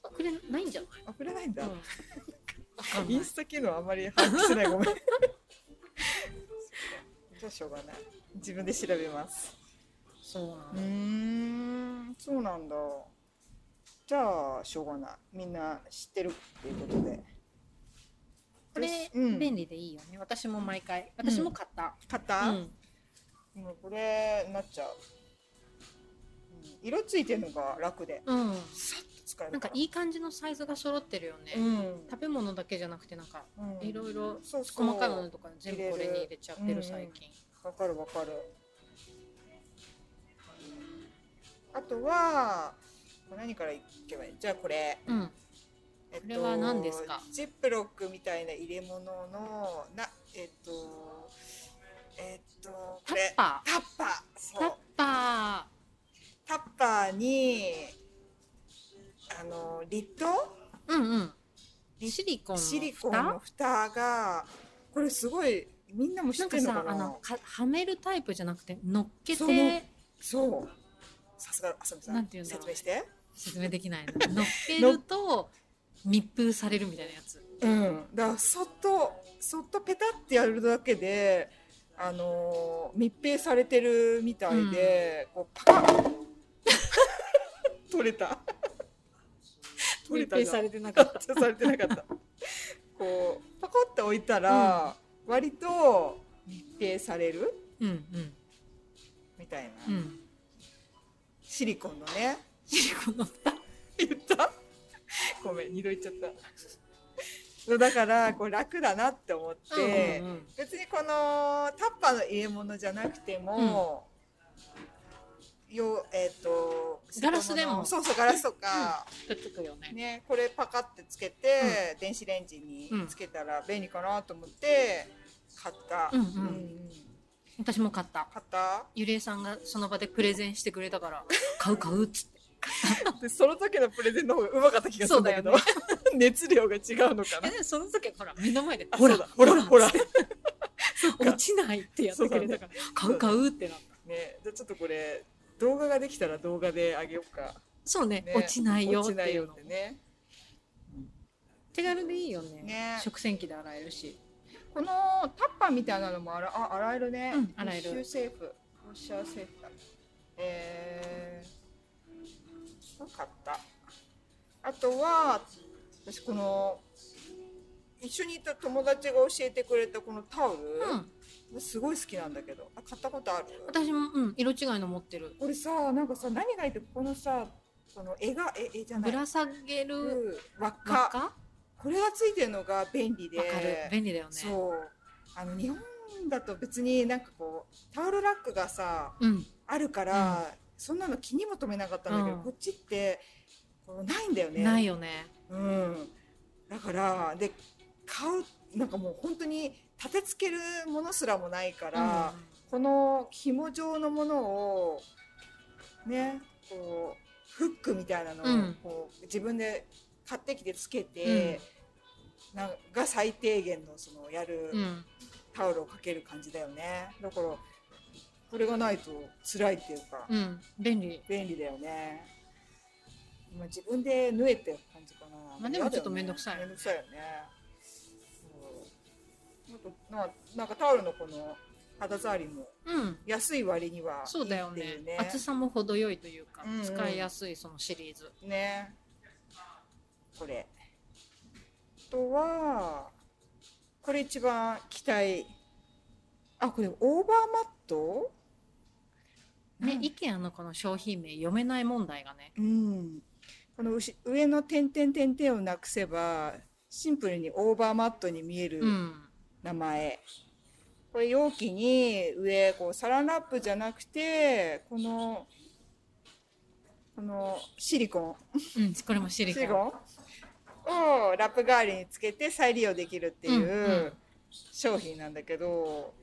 Speaker 2: これないんじゃない
Speaker 1: 送れないんだ、
Speaker 2: うんわかんない
Speaker 1: インスタ機能あんまり把握してないごめんそっかじゃあしょうがない自分で調べます
Speaker 2: そうな
Speaker 1: うー
Speaker 2: の
Speaker 1: んそうなんだじゃあしょうがないみんな知ってるっていうことで
Speaker 2: これ、
Speaker 1: うん
Speaker 2: 便利でいいよね私も毎回私も買った、
Speaker 1: 買っ
Speaker 2: う
Speaker 1: た、
Speaker 2: ん
Speaker 1: もうこれなっちゃう、うん色ついてるのが楽で
Speaker 2: うん
Speaker 1: さっと使える
Speaker 2: なんかいい感じのサイズが揃ってるよね、
Speaker 1: うん
Speaker 2: 食べ物だけじゃなくてなんか
Speaker 1: うん
Speaker 2: いろいろ
Speaker 1: そうそう
Speaker 2: 細かいものとか全部これに入れちゃってる最近、
Speaker 1: わかるわかるあとは何からいけばいいじゃあこれ、
Speaker 2: うん
Speaker 1: えっと
Speaker 2: これは何ですか
Speaker 1: ジップロックみたいな入れ物のなえっとえっとこ
Speaker 2: タッ
Speaker 1: れ
Speaker 2: パ
Speaker 1: タッパー
Speaker 2: ータ
Speaker 1: そ
Speaker 2: ッ
Speaker 1: う
Speaker 2: パ
Speaker 1: タッパーにあのリット
Speaker 2: ーうんうんシリコンの
Speaker 1: シリコン
Speaker 2: 蓋
Speaker 1: の蓋がこれすごいみんなも知
Speaker 2: な
Speaker 1: っ
Speaker 2: ん
Speaker 1: て
Speaker 2: か
Speaker 1: るの
Speaker 2: さ
Speaker 1: かな
Speaker 2: あのかはめるタイプじゃなくて乗っけ
Speaker 1: そう乗
Speaker 2: て
Speaker 1: そうさすがあさみさん
Speaker 2: なんていうんだろ
Speaker 1: 説
Speaker 2: う
Speaker 1: 明して
Speaker 2: 説明できない な乗っけると密封されるみたいなやつ
Speaker 1: うんだからそっとそっとペタってやるだけであのー密閉されてるみたいで、こうパカッ 取れた取れ
Speaker 2: 密
Speaker 1: たじ
Speaker 2: 閉
Speaker 1: ゃん
Speaker 2: されてなかった
Speaker 1: されてなかった こうパコって置いたら、割と密閉される
Speaker 2: うんうん
Speaker 1: みたいな、
Speaker 2: うん
Speaker 1: シリコンのね
Speaker 2: シリコンの蓋
Speaker 1: 言ったごめん二度言っちゃっただからこう楽だなって思って、
Speaker 2: うんうんうん
Speaker 1: 別にこのタッパーの入れ物じゃなくても、よえっ、と
Speaker 2: ガラスでも
Speaker 1: そうそうガラスとか、
Speaker 2: くっつくよね
Speaker 1: ねこれパカってつけて、電子レンジにつけたら便利かなと思って買った、
Speaker 2: うんうん私も買った
Speaker 1: 買った
Speaker 2: ゆりえさんがその場でプレゼンしてくれた から買う買うっつって
Speaker 1: でその時のプレゼンの方がうまかった気がするんだけど 熱量が違うのかな
Speaker 2: えでもその時はほら目の前で
Speaker 1: あ
Speaker 2: ほら
Speaker 1: そうだ
Speaker 2: ほら
Speaker 1: ほら
Speaker 2: 落ちないってやってくれたから、買う買うってなっ た
Speaker 1: ねじゃあちょっとこれ動画ができたら動画であげようか、
Speaker 2: そうね
Speaker 1: ね、
Speaker 2: 落ちないよっ
Speaker 1: 落
Speaker 2: て
Speaker 1: ちない
Speaker 2: いう
Speaker 1: よ
Speaker 2: の
Speaker 1: ってね
Speaker 2: 手軽でいいよね
Speaker 1: ね
Speaker 2: 食洗機で洗えるし
Speaker 1: このタッパーみたいなのもあらあ洗えるね、
Speaker 2: うん洗える
Speaker 1: シュセーフウォッシャーセーフだえー、よかったあとは私この一緒にいた友達が教えてくれたこのタオ
Speaker 2: うん
Speaker 1: ル、すごい好きなんだけどあ買ったことある
Speaker 2: 私も、うん、色違いの持ってる
Speaker 1: これさなんかさ何がいいってこのさその絵が絵絵じゃない
Speaker 2: ぶら下げる
Speaker 1: うん輪っ
Speaker 2: 輪っ
Speaker 1: か
Speaker 2: かわ
Speaker 1: これがついてるのが便利で
Speaker 2: かる便利だよね
Speaker 1: そうあの日本だと別になんかこうタオルラックがさ
Speaker 2: うん
Speaker 1: あるから、そんなの気にも留めなかったんだけど、
Speaker 2: うん
Speaker 1: こっちってこうないんだよね
Speaker 2: ないよね
Speaker 1: うん、だからで買うなんかもう本当に立てつけるものすらもないから、この紐状のものをねこうフックみたいなのを
Speaker 2: うん
Speaker 1: こう自分で買ってきてつけて、なんが最低限のそのやる
Speaker 2: うん、うん、
Speaker 1: タオルをかける感じだよねだからこれがないと辛いっていうか、
Speaker 2: うん、便利
Speaker 1: 便利だよね今自分で縫えてる感じかな
Speaker 2: まあでもちょっと面倒くさい
Speaker 1: 嫌だよね面倒くさいよねそうなんかななんかタオルのこの肌触りも
Speaker 2: うん
Speaker 1: 安い割には
Speaker 2: そうだよ
Speaker 1: いいってい
Speaker 2: ね
Speaker 1: うね
Speaker 2: 厚さも程よいというか、
Speaker 1: うんうん
Speaker 2: 使いやすいそのシリーズ
Speaker 1: ねこれあとはこれ一番期待あこれオーバーマット
Speaker 2: ね、
Speaker 1: うん
Speaker 2: IKEA のこの商品名読めない問題がね
Speaker 1: うん、このうし上の点点点点をなくせばシンプルにオーバーマットに見える
Speaker 2: うん
Speaker 1: 名前、これ容器に上こうサランラップじゃなくてこのこのシリコ
Speaker 2: うんこれもシ
Speaker 1: ン
Speaker 2: リ
Speaker 1: シ
Speaker 2: コン
Speaker 1: リコンをラップ代わりにつけて再利用できるってい
Speaker 2: んう
Speaker 1: うう商品なんだけど、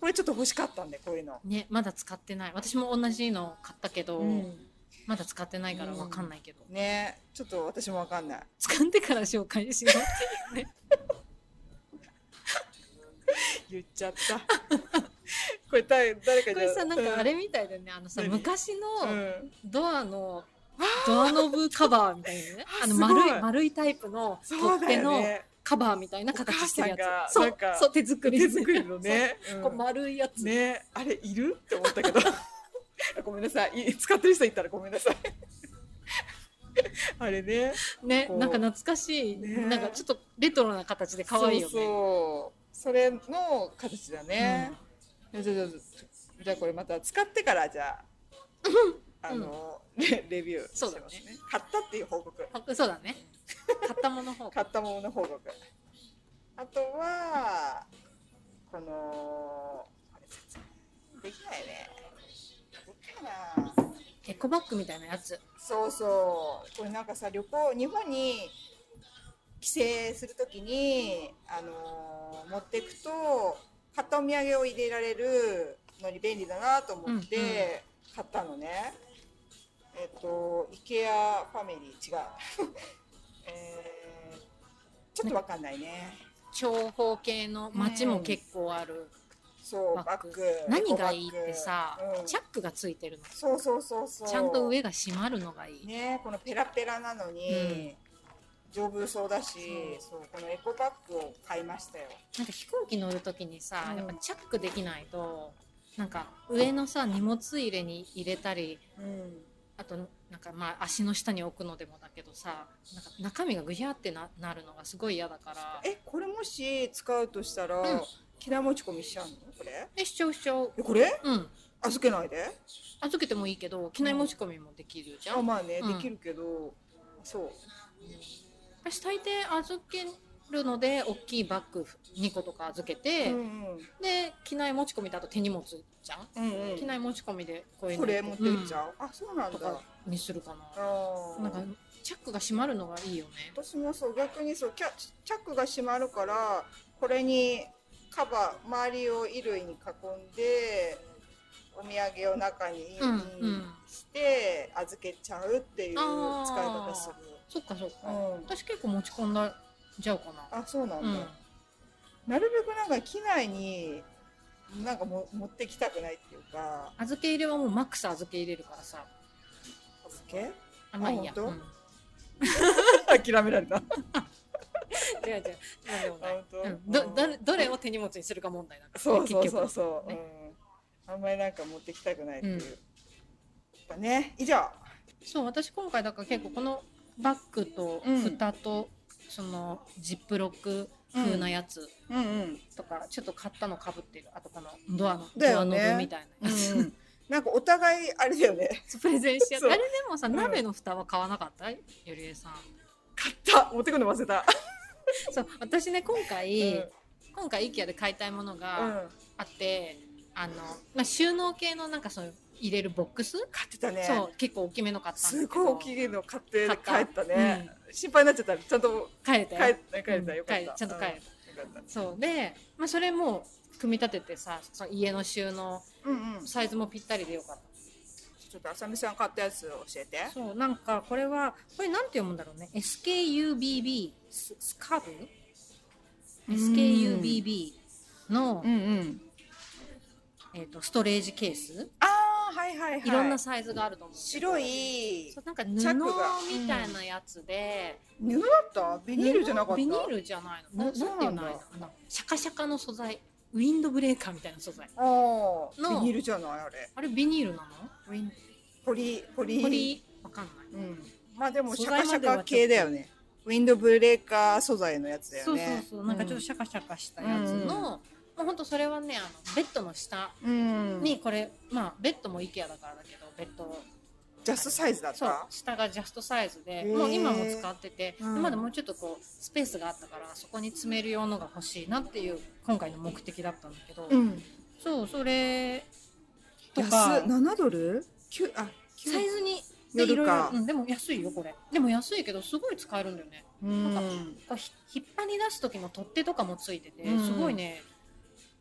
Speaker 1: これちょっと欲しかったんでこういうの。
Speaker 2: ねまだ使ってない私も同じの買ったけど、
Speaker 1: うん
Speaker 2: まだ使ってないからわかんないけど、
Speaker 1: ねちょっと私もわかんない。
Speaker 2: 使ってから紹介しよ
Speaker 1: 言っちゃった。 これだ誰か
Speaker 2: うこれさなんかあ、れみたいだよねあのさ
Speaker 1: 何
Speaker 2: 昔
Speaker 1: うんう
Speaker 2: の
Speaker 1: ん
Speaker 2: ドアのドアノブカバーみたいなね
Speaker 1: あ
Speaker 2: あの
Speaker 1: すごい
Speaker 2: 丸い丸いタイプの
Speaker 1: そ
Speaker 2: 取
Speaker 1: う
Speaker 2: っ
Speaker 1: だ
Speaker 2: 手
Speaker 1: よ
Speaker 2: の
Speaker 1: ね。
Speaker 2: カバーみたいな形してるや
Speaker 1: お母
Speaker 2: つ
Speaker 1: さんが
Speaker 2: そ
Speaker 1: な
Speaker 2: うん
Speaker 1: か
Speaker 2: そう手作り
Speaker 1: 手作りのね。
Speaker 2: そう
Speaker 1: う
Speaker 2: こうん丸いやつ、
Speaker 1: ねあれいるって思ったけど。 ごめんなさい。い使ってる人いたらごめんなさい。 あれね。
Speaker 2: ね
Speaker 1: こう
Speaker 2: なんか懐かしい、
Speaker 1: ね
Speaker 2: なんかちょっとレトロな形で可愛いよね
Speaker 1: そうそう。それの形だね。じゃあじゃあじゃあこれまた使ってからじゃあ。あの、レレビューします
Speaker 2: そうだね
Speaker 1: 買ったっていう報告。
Speaker 2: あそうだね買ったもの 方
Speaker 1: 買ったものの報告あとはこのこれ説明できないねできないな
Speaker 2: エコバッグみたいなやつ
Speaker 1: そうそうこれなんかさ旅行日本に帰省するときに、あのー持っていくと買ったお土産を入れられるのに便利だなと思って
Speaker 2: うんうん
Speaker 1: 買ったのね、えっ、と IKEA ファミリー違う、 えーちょっとわかんないね
Speaker 2: 長方形の街も結構ある、
Speaker 1: そう
Speaker 2: バ
Speaker 1: バ
Speaker 2: ッ
Speaker 1: ッ
Speaker 2: グ
Speaker 1: グ
Speaker 2: 何がいいってさ、
Speaker 1: エコバッグうん
Speaker 2: チャックがついてるの
Speaker 1: そうそうそうそう
Speaker 2: ちゃんと上が閉まるのがいい、
Speaker 1: ねこのペラペラなのに、丈夫そうだしそうこのエコバッグを買いましたよ
Speaker 2: なんか飛行機乗る時にさ、
Speaker 1: うん
Speaker 2: やっぱチャックできないとなんか上のさ荷物入れに入れたり
Speaker 1: うん
Speaker 2: あとなんかまあ足の下に置くのでもだけどさなんか中身がぐひゃってななるのがすごい嫌だから
Speaker 1: えこれもし使うとしたら、
Speaker 2: うん
Speaker 1: 機内持ち込みしちゃうのこれ
Speaker 2: えしちゃうしちゃう
Speaker 1: えこれ
Speaker 2: うん
Speaker 1: 預けないで
Speaker 2: 預けてもいいけど機内持ち込みもできるじゃん、
Speaker 1: あまあね、
Speaker 2: うん
Speaker 1: できるけどそう
Speaker 2: 私大抵預けるので大きいバッグ2個とか預けて、
Speaker 1: うんうん
Speaker 2: で機内持ち込みだと手荷物じゃん、
Speaker 1: うん
Speaker 2: 機内持ち込みでこういう
Speaker 1: こ
Speaker 2: の
Speaker 1: れ持ってっち
Speaker 2: う
Speaker 1: ゃう、あそうなん
Speaker 2: んと
Speaker 1: だ
Speaker 2: かにするかな、
Speaker 1: あー
Speaker 2: なんかチャックが閉まるのがいいよね
Speaker 1: 私もそう逆にそうキャチャックが閉まるからこれにカバー周りを衣類に囲んでお土産を中に
Speaker 2: うんうん
Speaker 1: して預けちゃうっていう使い
Speaker 2: あー
Speaker 1: 方する、
Speaker 2: そっかそっか、
Speaker 1: うん
Speaker 2: 私結構持ち込んだじゃうかな
Speaker 1: あそうなん
Speaker 2: う
Speaker 1: だ、
Speaker 2: ん
Speaker 1: なるべくなんか機内になんかも持ってきたくないっていうか
Speaker 2: 預け入れはもうマックス預け入れるからさ
Speaker 1: 預 け
Speaker 2: あまあいいや
Speaker 1: あ本当
Speaker 2: うん
Speaker 1: 諦められた
Speaker 2: 違う違うなんでもない
Speaker 1: 本当
Speaker 2: うんどどどれを手荷物にするか問題だから
Speaker 1: そうそう
Speaker 2: 結
Speaker 1: そう
Speaker 2: 局
Speaker 1: そう、
Speaker 2: ね
Speaker 1: うん、あんまりなんか持ってきたくないっていう、
Speaker 2: うん
Speaker 1: やっぱね以上
Speaker 2: そう私今回だから結構このバッグと
Speaker 1: うん
Speaker 2: 蓋と、そのジップロック風なやつ
Speaker 1: うんうん
Speaker 2: とか、ちょっと買ったのかぶってるあとこのドアの、
Speaker 1: だ
Speaker 2: ドア
Speaker 1: よ
Speaker 2: ノ
Speaker 1: ね
Speaker 2: ブみたいなやつ、
Speaker 1: う んうんなんかお互いあれだよね
Speaker 2: プレゼンし合って
Speaker 1: そう
Speaker 2: あれでもさ
Speaker 1: ん
Speaker 2: 鍋の蓋は買わなかった、ゆりえさん
Speaker 1: 買 った持ってくの忘れた、
Speaker 2: そう私ね今回、
Speaker 1: うん
Speaker 2: 今回 IKEA で買いたいもの
Speaker 1: う
Speaker 2: が
Speaker 1: ん
Speaker 2: あって、あのまあ、収納系のなんかそういう入れるボックス、
Speaker 1: 買ってたね
Speaker 2: そう結構大きめの買ったんだけ
Speaker 1: す
Speaker 2: ど
Speaker 1: ごい大きいの買って帰
Speaker 2: 買った
Speaker 1: ったね、心配になっちゃったちゃんと
Speaker 2: 帰れた
Speaker 1: 帰
Speaker 2: よ
Speaker 1: 帰れたよかっ
Speaker 2: うん
Speaker 1: た
Speaker 2: 帰ちゃんと帰れ
Speaker 1: た、うんよかっ
Speaker 2: そうで、まあ、それも組み立ててさその家の収納
Speaker 1: たうんうん
Speaker 2: サイズもぴったりでよかっ
Speaker 1: ちょっとあさみさん買ったやつ教えて
Speaker 2: たそうなんかこれはこれなんて読むんだろうね SKUBB ススカブ
Speaker 1: うん
Speaker 2: SKUBB の、
Speaker 1: んうん
Speaker 2: えー、とストレージケース
Speaker 1: あーはいはいはい
Speaker 2: いろんなサイズがあると思うけど、
Speaker 1: 白い
Speaker 2: そうなんか布
Speaker 1: チャックが
Speaker 2: みたいなやつで、
Speaker 1: 布だったビニールじゃなかった
Speaker 2: ビニールじゃないのななん
Speaker 1: あ
Speaker 2: てい
Speaker 1: そうう
Speaker 2: の
Speaker 1: な
Speaker 2: あ
Speaker 1: んだ
Speaker 2: のシャカシャカの素材ウィンドブレーカーみたいな素材
Speaker 1: ああ
Speaker 2: の
Speaker 1: ビニールじゃないあれ
Speaker 2: あれビニールなの
Speaker 1: ウィンポリポリ
Speaker 2: これわかんない
Speaker 1: うんまあでも
Speaker 2: 素
Speaker 1: シャカ
Speaker 2: 材ま
Speaker 1: シャ
Speaker 2: ではちょっと
Speaker 1: カ系だよねウィンドブレーカー素材のやつだ
Speaker 2: そ
Speaker 1: よ
Speaker 2: うそう
Speaker 1: ね
Speaker 2: そう、なんかちょっとシャカシャカしたやつ
Speaker 1: う
Speaker 2: の、
Speaker 1: ん
Speaker 2: もうほんとそれはねあのベッドの下
Speaker 1: うん
Speaker 2: にこれ、まあベッドも IKEA だからだけどベッド
Speaker 1: ジャストサイズだっ
Speaker 2: そう
Speaker 1: た
Speaker 2: 下がジャストサイズで、
Speaker 1: ー
Speaker 2: もう今も使ってて、
Speaker 1: うん
Speaker 2: まだもうちょっとこうスペースがあったからそこに詰める用のが欲しいなっていう今回の目的だったんだけど、
Speaker 1: ん
Speaker 2: そうそれと
Speaker 1: 安
Speaker 2: か
Speaker 1: 7ドル9あ九
Speaker 2: サイズにで
Speaker 1: よ
Speaker 2: いろ
Speaker 1: る
Speaker 2: いろ
Speaker 1: か、
Speaker 2: うん、でも安いよこれでも安いけどすごい使えるんだよね
Speaker 1: うん
Speaker 2: なんこうひ引っ張り出す時の取っ手とかもついてて、
Speaker 1: うん
Speaker 2: すごいね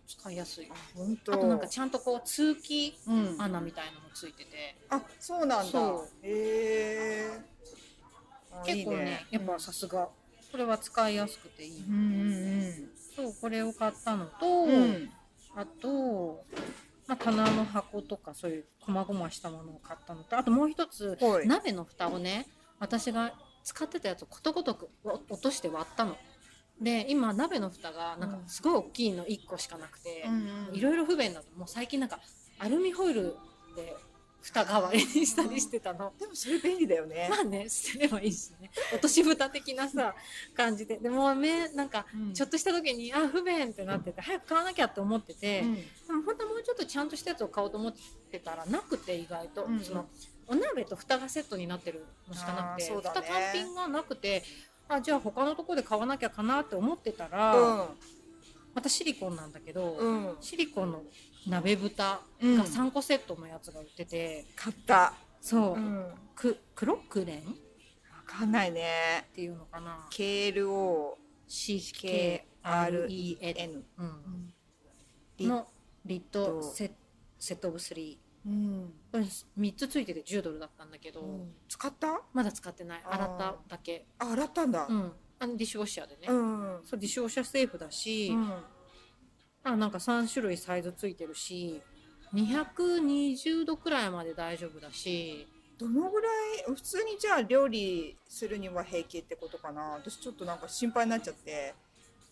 Speaker 2: 使いやすい
Speaker 1: あ本当
Speaker 2: あとなんかちゃんとこう通気
Speaker 1: うん
Speaker 2: 穴みたいのもついてて
Speaker 1: あそうなんだ
Speaker 2: そう
Speaker 1: へえ
Speaker 2: 結構ねやっぱさすがこれは使いやすくていい、
Speaker 1: うん
Speaker 2: そうこれを買ったのと、
Speaker 1: うんうんうん
Speaker 2: あと、まあ、棚の箱とかそういう細々したものを買ったのとあともう一つ
Speaker 1: はい
Speaker 2: 鍋の蓋をね私が使ってたやつをことごとくお落として割ったの。で今鍋の蓋がなんかすごい大きいの1個しかなくて、いろいろ不便だともう最近なんかアルミホイルで蓋代わりにしたりしてたの。
Speaker 1: でもそれ便利だよね
Speaker 2: まあね捨てればいいしね落とし蓋的なさ感じででもねなんかちょっ
Speaker 1: と
Speaker 2: とした時にあ不便ってなってて早く買わなきゃって思ってて、
Speaker 1: うん
Speaker 2: でも本当はもうちょっとちゃんとしたやつを買おうと思ってたらなくて意外と、
Speaker 1: うんうん
Speaker 2: そのお鍋と蓋がセットになってるのしかなくて、
Speaker 1: あーそうだ
Speaker 2: 蓋
Speaker 1: ね
Speaker 2: 単品がなくてあじゃあ他のとこで買わなきゃかなって思ってたら、またシリコンなんだけど、
Speaker 1: うんうん
Speaker 2: シリコンの鍋蓋
Speaker 1: うん
Speaker 2: が3個セットのやつが売ってて、
Speaker 1: 買った
Speaker 2: そ
Speaker 1: う
Speaker 2: う、
Speaker 1: ん
Speaker 2: くクロックレン
Speaker 1: かんないね
Speaker 2: ていうのかな
Speaker 1: KLOKREN
Speaker 2: CKREN、うん、のリットセセットオブ3
Speaker 1: うん
Speaker 2: これ3つついてて10ドルだったんだけど、
Speaker 1: 使った
Speaker 2: まだ使ってない
Speaker 1: あー
Speaker 2: 洗っただけ
Speaker 1: あ洗ったんだ
Speaker 2: うんあのディッシュウォッシャーでね、
Speaker 1: うん
Speaker 2: そうディッシュウォッシャーセーフだし、
Speaker 1: うん
Speaker 2: あなんか3種類サイズついてるし220度くらいまで大丈夫だし
Speaker 1: どのぐらい普通にじゃあ料理するには平気ってことかな私ちょっとなんか心配になっちゃって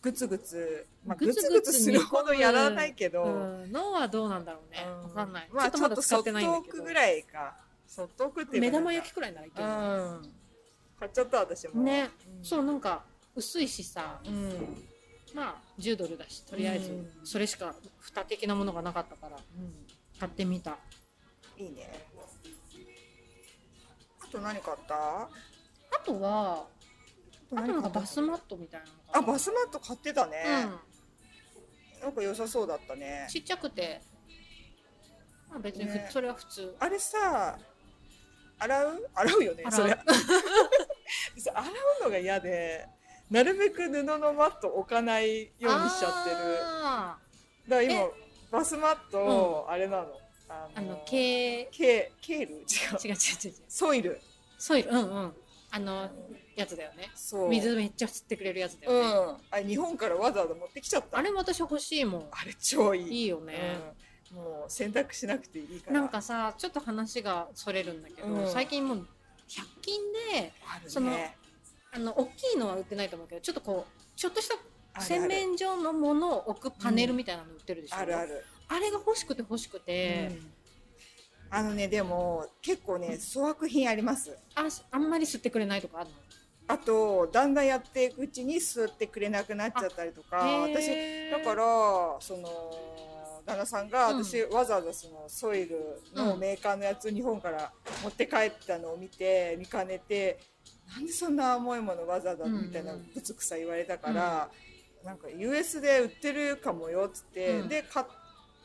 Speaker 1: グツグツまあグ
Speaker 2: グツ
Speaker 1: ツ
Speaker 2: グツ
Speaker 1: グツするほどやらないけど、
Speaker 2: うんのはどうなんだろうね
Speaker 1: うん
Speaker 2: わかんない、
Speaker 1: まあ
Speaker 2: ちょ
Speaker 1: ちょっ
Speaker 2: っとまだ
Speaker 1: と
Speaker 2: 使
Speaker 1: そ
Speaker 2: っ
Speaker 1: ってと
Speaker 2: ないんだ
Speaker 1: 置
Speaker 2: け
Speaker 1: く
Speaker 2: ど
Speaker 1: ぐらいかそっと置くっていう
Speaker 2: 目
Speaker 1: かなんか
Speaker 2: 玉焼きくらいならいけ
Speaker 1: う
Speaker 2: る、
Speaker 1: ん買っちゃった私も
Speaker 2: ね、
Speaker 1: ん
Speaker 2: そうなんか薄いしさ
Speaker 1: うん
Speaker 2: まあ10ドルだしとりあえず
Speaker 1: うん
Speaker 2: それしか蓋的なものがなかったから
Speaker 1: うん
Speaker 2: 買ってみた
Speaker 1: いいねあと何買った
Speaker 2: あとはあと
Speaker 1: 何
Speaker 2: な
Speaker 1: 買
Speaker 2: んか
Speaker 1: った
Speaker 2: バスマットみたいなのか
Speaker 1: あ
Speaker 2: な
Speaker 1: バスマット買ってたね、
Speaker 2: うん
Speaker 1: なんか良さそうだったね
Speaker 2: ちっちゃくて、まあ、別にふ、
Speaker 1: ね
Speaker 2: それは普通
Speaker 1: あれさ洗う洗うよね
Speaker 2: 洗
Speaker 1: そ
Speaker 2: う
Speaker 1: れそう洗うのが嫌でなるべく布のマット置かないようにしちゃってる
Speaker 2: あ
Speaker 1: だから今バスマット、あれなのあ
Speaker 2: ーあの毛
Speaker 1: ケケール違う
Speaker 2: 違う違う違う違う
Speaker 1: ソイル
Speaker 2: ソイルうんうんあのやつだよね
Speaker 1: そう
Speaker 2: 水めっちゃ吸ってくれるやつだ
Speaker 1: う
Speaker 2: よね、
Speaker 1: んあれ日本からわざわざ持ってきちゃった
Speaker 2: あれも私欲しいもん
Speaker 1: あれ超いい
Speaker 2: いいよね、
Speaker 1: うんもう洗濯しなくていいから
Speaker 2: なんかさちょっと話がそれるんだけど、
Speaker 1: うん
Speaker 2: 最近もう100均で
Speaker 1: あるね
Speaker 2: そのあの大きいのは売ってないと思うけどちょっとこうちょっとした
Speaker 1: ある
Speaker 2: 洗面所のものを置くパネルみたいなの売ってるでしょ、
Speaker 1: あるある、
Speaker 2: あれが欲しくて欲しくて、
Speaker 1: うんあのねでも結構ね粗悪品あります
Speaker 2: ああんまり吸ってくれないとかあるの
Speaker 1: あとだんだんやっていくうちに吸ってくれなくなっちゃったりとか私だかららその旦那さんが
Speaker 2: うん
Speaker 1: 私、わざわざそのソイルのメーカーのやつを日本から持って帰ったのを見て見かねてなんでそんな重いものわざわざみたいな
Speaker 2: うんうん
Speaker 1: ぶつくさ言われたから、なんか US で売ってるかもよっつって、
Speaker 2: うん
Speaker 1: で買っ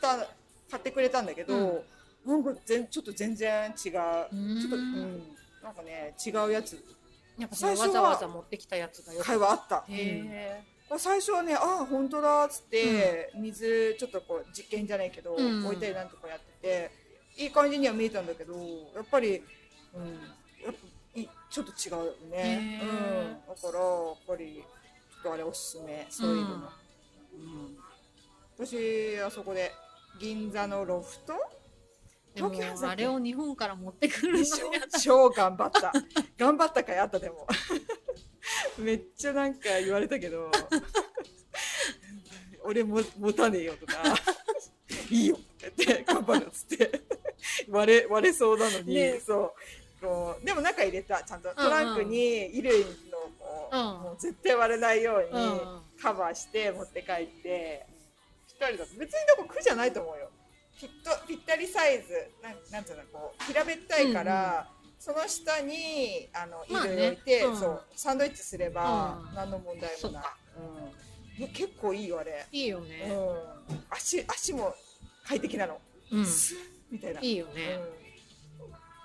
Speaker 1: た買ってくれたんだけど、なんか全ちょっと全然違う、ちょっと、うん、なんかね違うやつ
Speaker 2: やっぱ
Speaker 1: 最
Speaker 2: その
Speaker 1: 初は
Speaker 2: わざわざ持ってきたやつがよく
Speaker 1: 会話あった。
Speaker 2: へ
Speaker 1: まあ最初はねああ本当だっつって、水ちょっとこう実験じゃないけど、
Speaker 2: うん
Speaker 1: 置いたりなんとかやってていい感じには見えたんだけどやっぱり、うん、やっぱいちょっと違うね、
Speaker 2: へ
Speaker 1: うん、
Speaker 2: ー
Speaker 1: だからやっぱりちょっとあれおすすめそういうの、
Speaker 2: うん
Speaker 1: うん、私あそこで銀座のロフト
Speaker 2: でも
Speaker 1: 東京ハンズだっ
Speaker 2: あ
Speaker 1: け
Speaker 2: れを日本から持ってくるの
Speaker 1: 一 生超頑張った頑張ったかいあったでも めっちゃなんか言われたけど 俺も持たねえよとか いいよって言って頑張るっつって 割れ割れそうなのに、
Speaker 2: ね
Speaker 1: そうこうでも中入れたちゃんと
Speaker 2: うんうん
Speaker 1: トランクに衣類のこう、
Speaker 2: うん
Speaker 1: もう絶対割れないよう
Speaker 2: う
Speaker 1: に
Speaker 2: んうん
Speaker 1: カバーして持って帰って一人だと別にでも苦じゃないと思うよきっとぴったりサイズなんなんていうのこう平べったいから、その下にあの
Speaker 2: まあ
Speaker 1: 衣
Speaker 2: ね
Speaker 1: 類置いて、
Speaker 2: うん
Speaker 1: そうサンドイッチすれば
Speaker 2: うん
Speaker 1: 何の問題
Speaker 2: そ
Speaker 1: も
Speaker 2: う
Speaker 1: ない、
Speaker 2: か
Speaker 1: うんね結構いいよあれ、
Speaker 2: いいよ
Speaker 1: う
Speaker 2: ね、
Speaker 1: ん、足足も快適なの、
Speaker 2: うん
Speaker 1: スーッみたいない
Speaker 2: いよ
Speaker 1: う
Speaker 2: ね、
Speaker 1: ん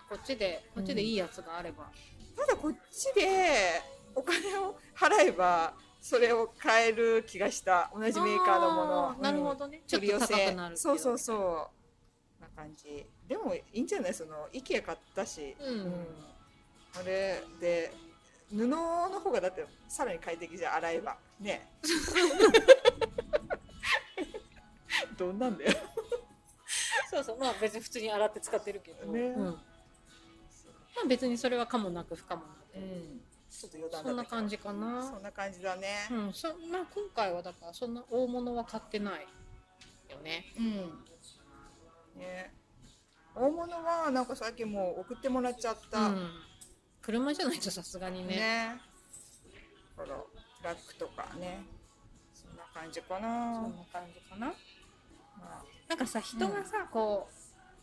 Speaker 2: こっちでこっちでいいやつがあれば、
Speaker 1: ただこっちでお金を払えばそれを買える気がした同じメーカーのも
Speaker 2: あ
Speaker 1: の
Speaker 2: ーなる
Speaker 1: うん
Speaker 2: ほどね、ちょっと高くなるってい
Speaker 1: そうそうそうな感じでもいいんじゃないその IKEA 買ったし、
Speaker 2: うん
Speaker 1: あれで布の方がだってさらに快適じゃん洗えば ねどんなんだよ
Speaker 2: そうそうまあ別に普通に洗って使ってるけど、
Speaker 1: ね
Speaker 2: うんまあ別にそれは可もなく不可もなく、
Speaker 1: ちょっと余談
Speaker 2: そん
Speaker 1: だ
Speaker 2: な
Speaker 1: ったけど
Speaker 2: 感じかな
Speaker 1: そんな感じだね
Speaker 2: うんそまあ、今回はだからそんな大物は買ってないよね
Speaker 1: うんね大物はなんか最近もう送ってもらっちゃった、
Speaker 2: うん、車じゃないとさすがにね
Speaker 1: ねだからラックとかねそんな感じかな
Speaker 2: そんな感じかな
Speaker 1: まあ
Speaker 2: なんかさ人がさ、こ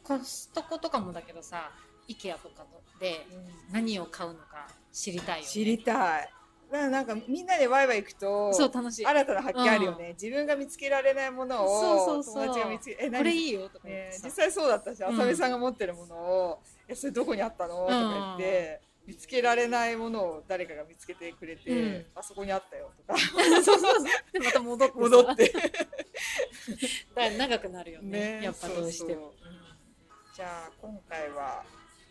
Speaker 2: うコストコとかもだけどさ IKEA とかで何を買うのか知りたいよ、ね、
Speaker 1: 知りたいだからなんかみんなでワイワイ行くと
Speaker 2: そう楽しいこ
Speaker 1: 新たな発見あるよね、自分が見つけられないもの
Speaker 2: そ
Speaker 1: を
Speaker 2: うそうそう
Speaker 1: 友達が見つけえ何
Speaker 2: れいいよとか言っ
Speaker 1: ね
Speaker 2: て、さ、
Speaker 1: 実際そうだったし
Speaker 2: ん
Speaker 1: 浅見さんが持ってるものを「えそれどこにあったの?」とか言って、見つけられないものを誰かが見つけてくれて、
Speaker 2: うん
Speaker 1: あそこにあったよとか
Speaker 2: そうそうそうでまた戻ってさ
Speaker 1: 戻って
Speaker 2: だから長くなるよね
Speaker 1: ね
Speaker 2: やっぱどうしてもうん
Speaker 1: じゃあ今回は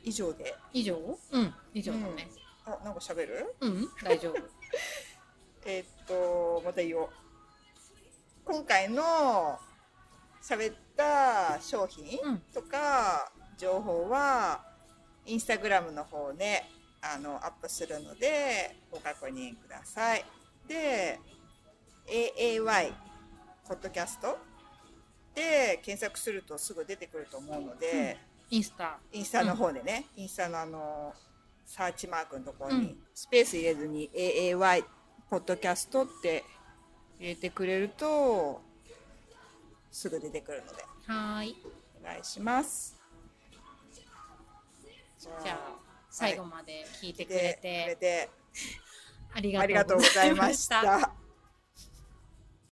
Speaker 1: 以上で
Speaker 2: 以上うん以上だね
Speaker 1: あなんか喋る
Speaker 2: うん、大丈夫
Speaker 1: えーっとまた言おう今回の喋った商品
Speaker 2: うん
Speaker 1: とか情報はインスタグラムの方であのアップするのでご確認くださいで AAY ポッドキャストで検索するとすぐ出てくると思うので、
Speaker 2: インスタ
Speaker 1: インスタの方でね、インスタのあのサーチマークのところに、
Speaker 2: うん
Speaker 1: スペース入れずに AAY ポッドキャストって入れてくれるとすぐ出てくるので
Speaker 2: はーい
Speaker 1: お願いします。じゃ
Speaker 2: じゃあ最後まで聞いてくれて
Speaker 1: て
Speaker 2: あり
Speaker 1: ありがとうございまし
Speaker 2: ありがとうございま
Speaker 1: た。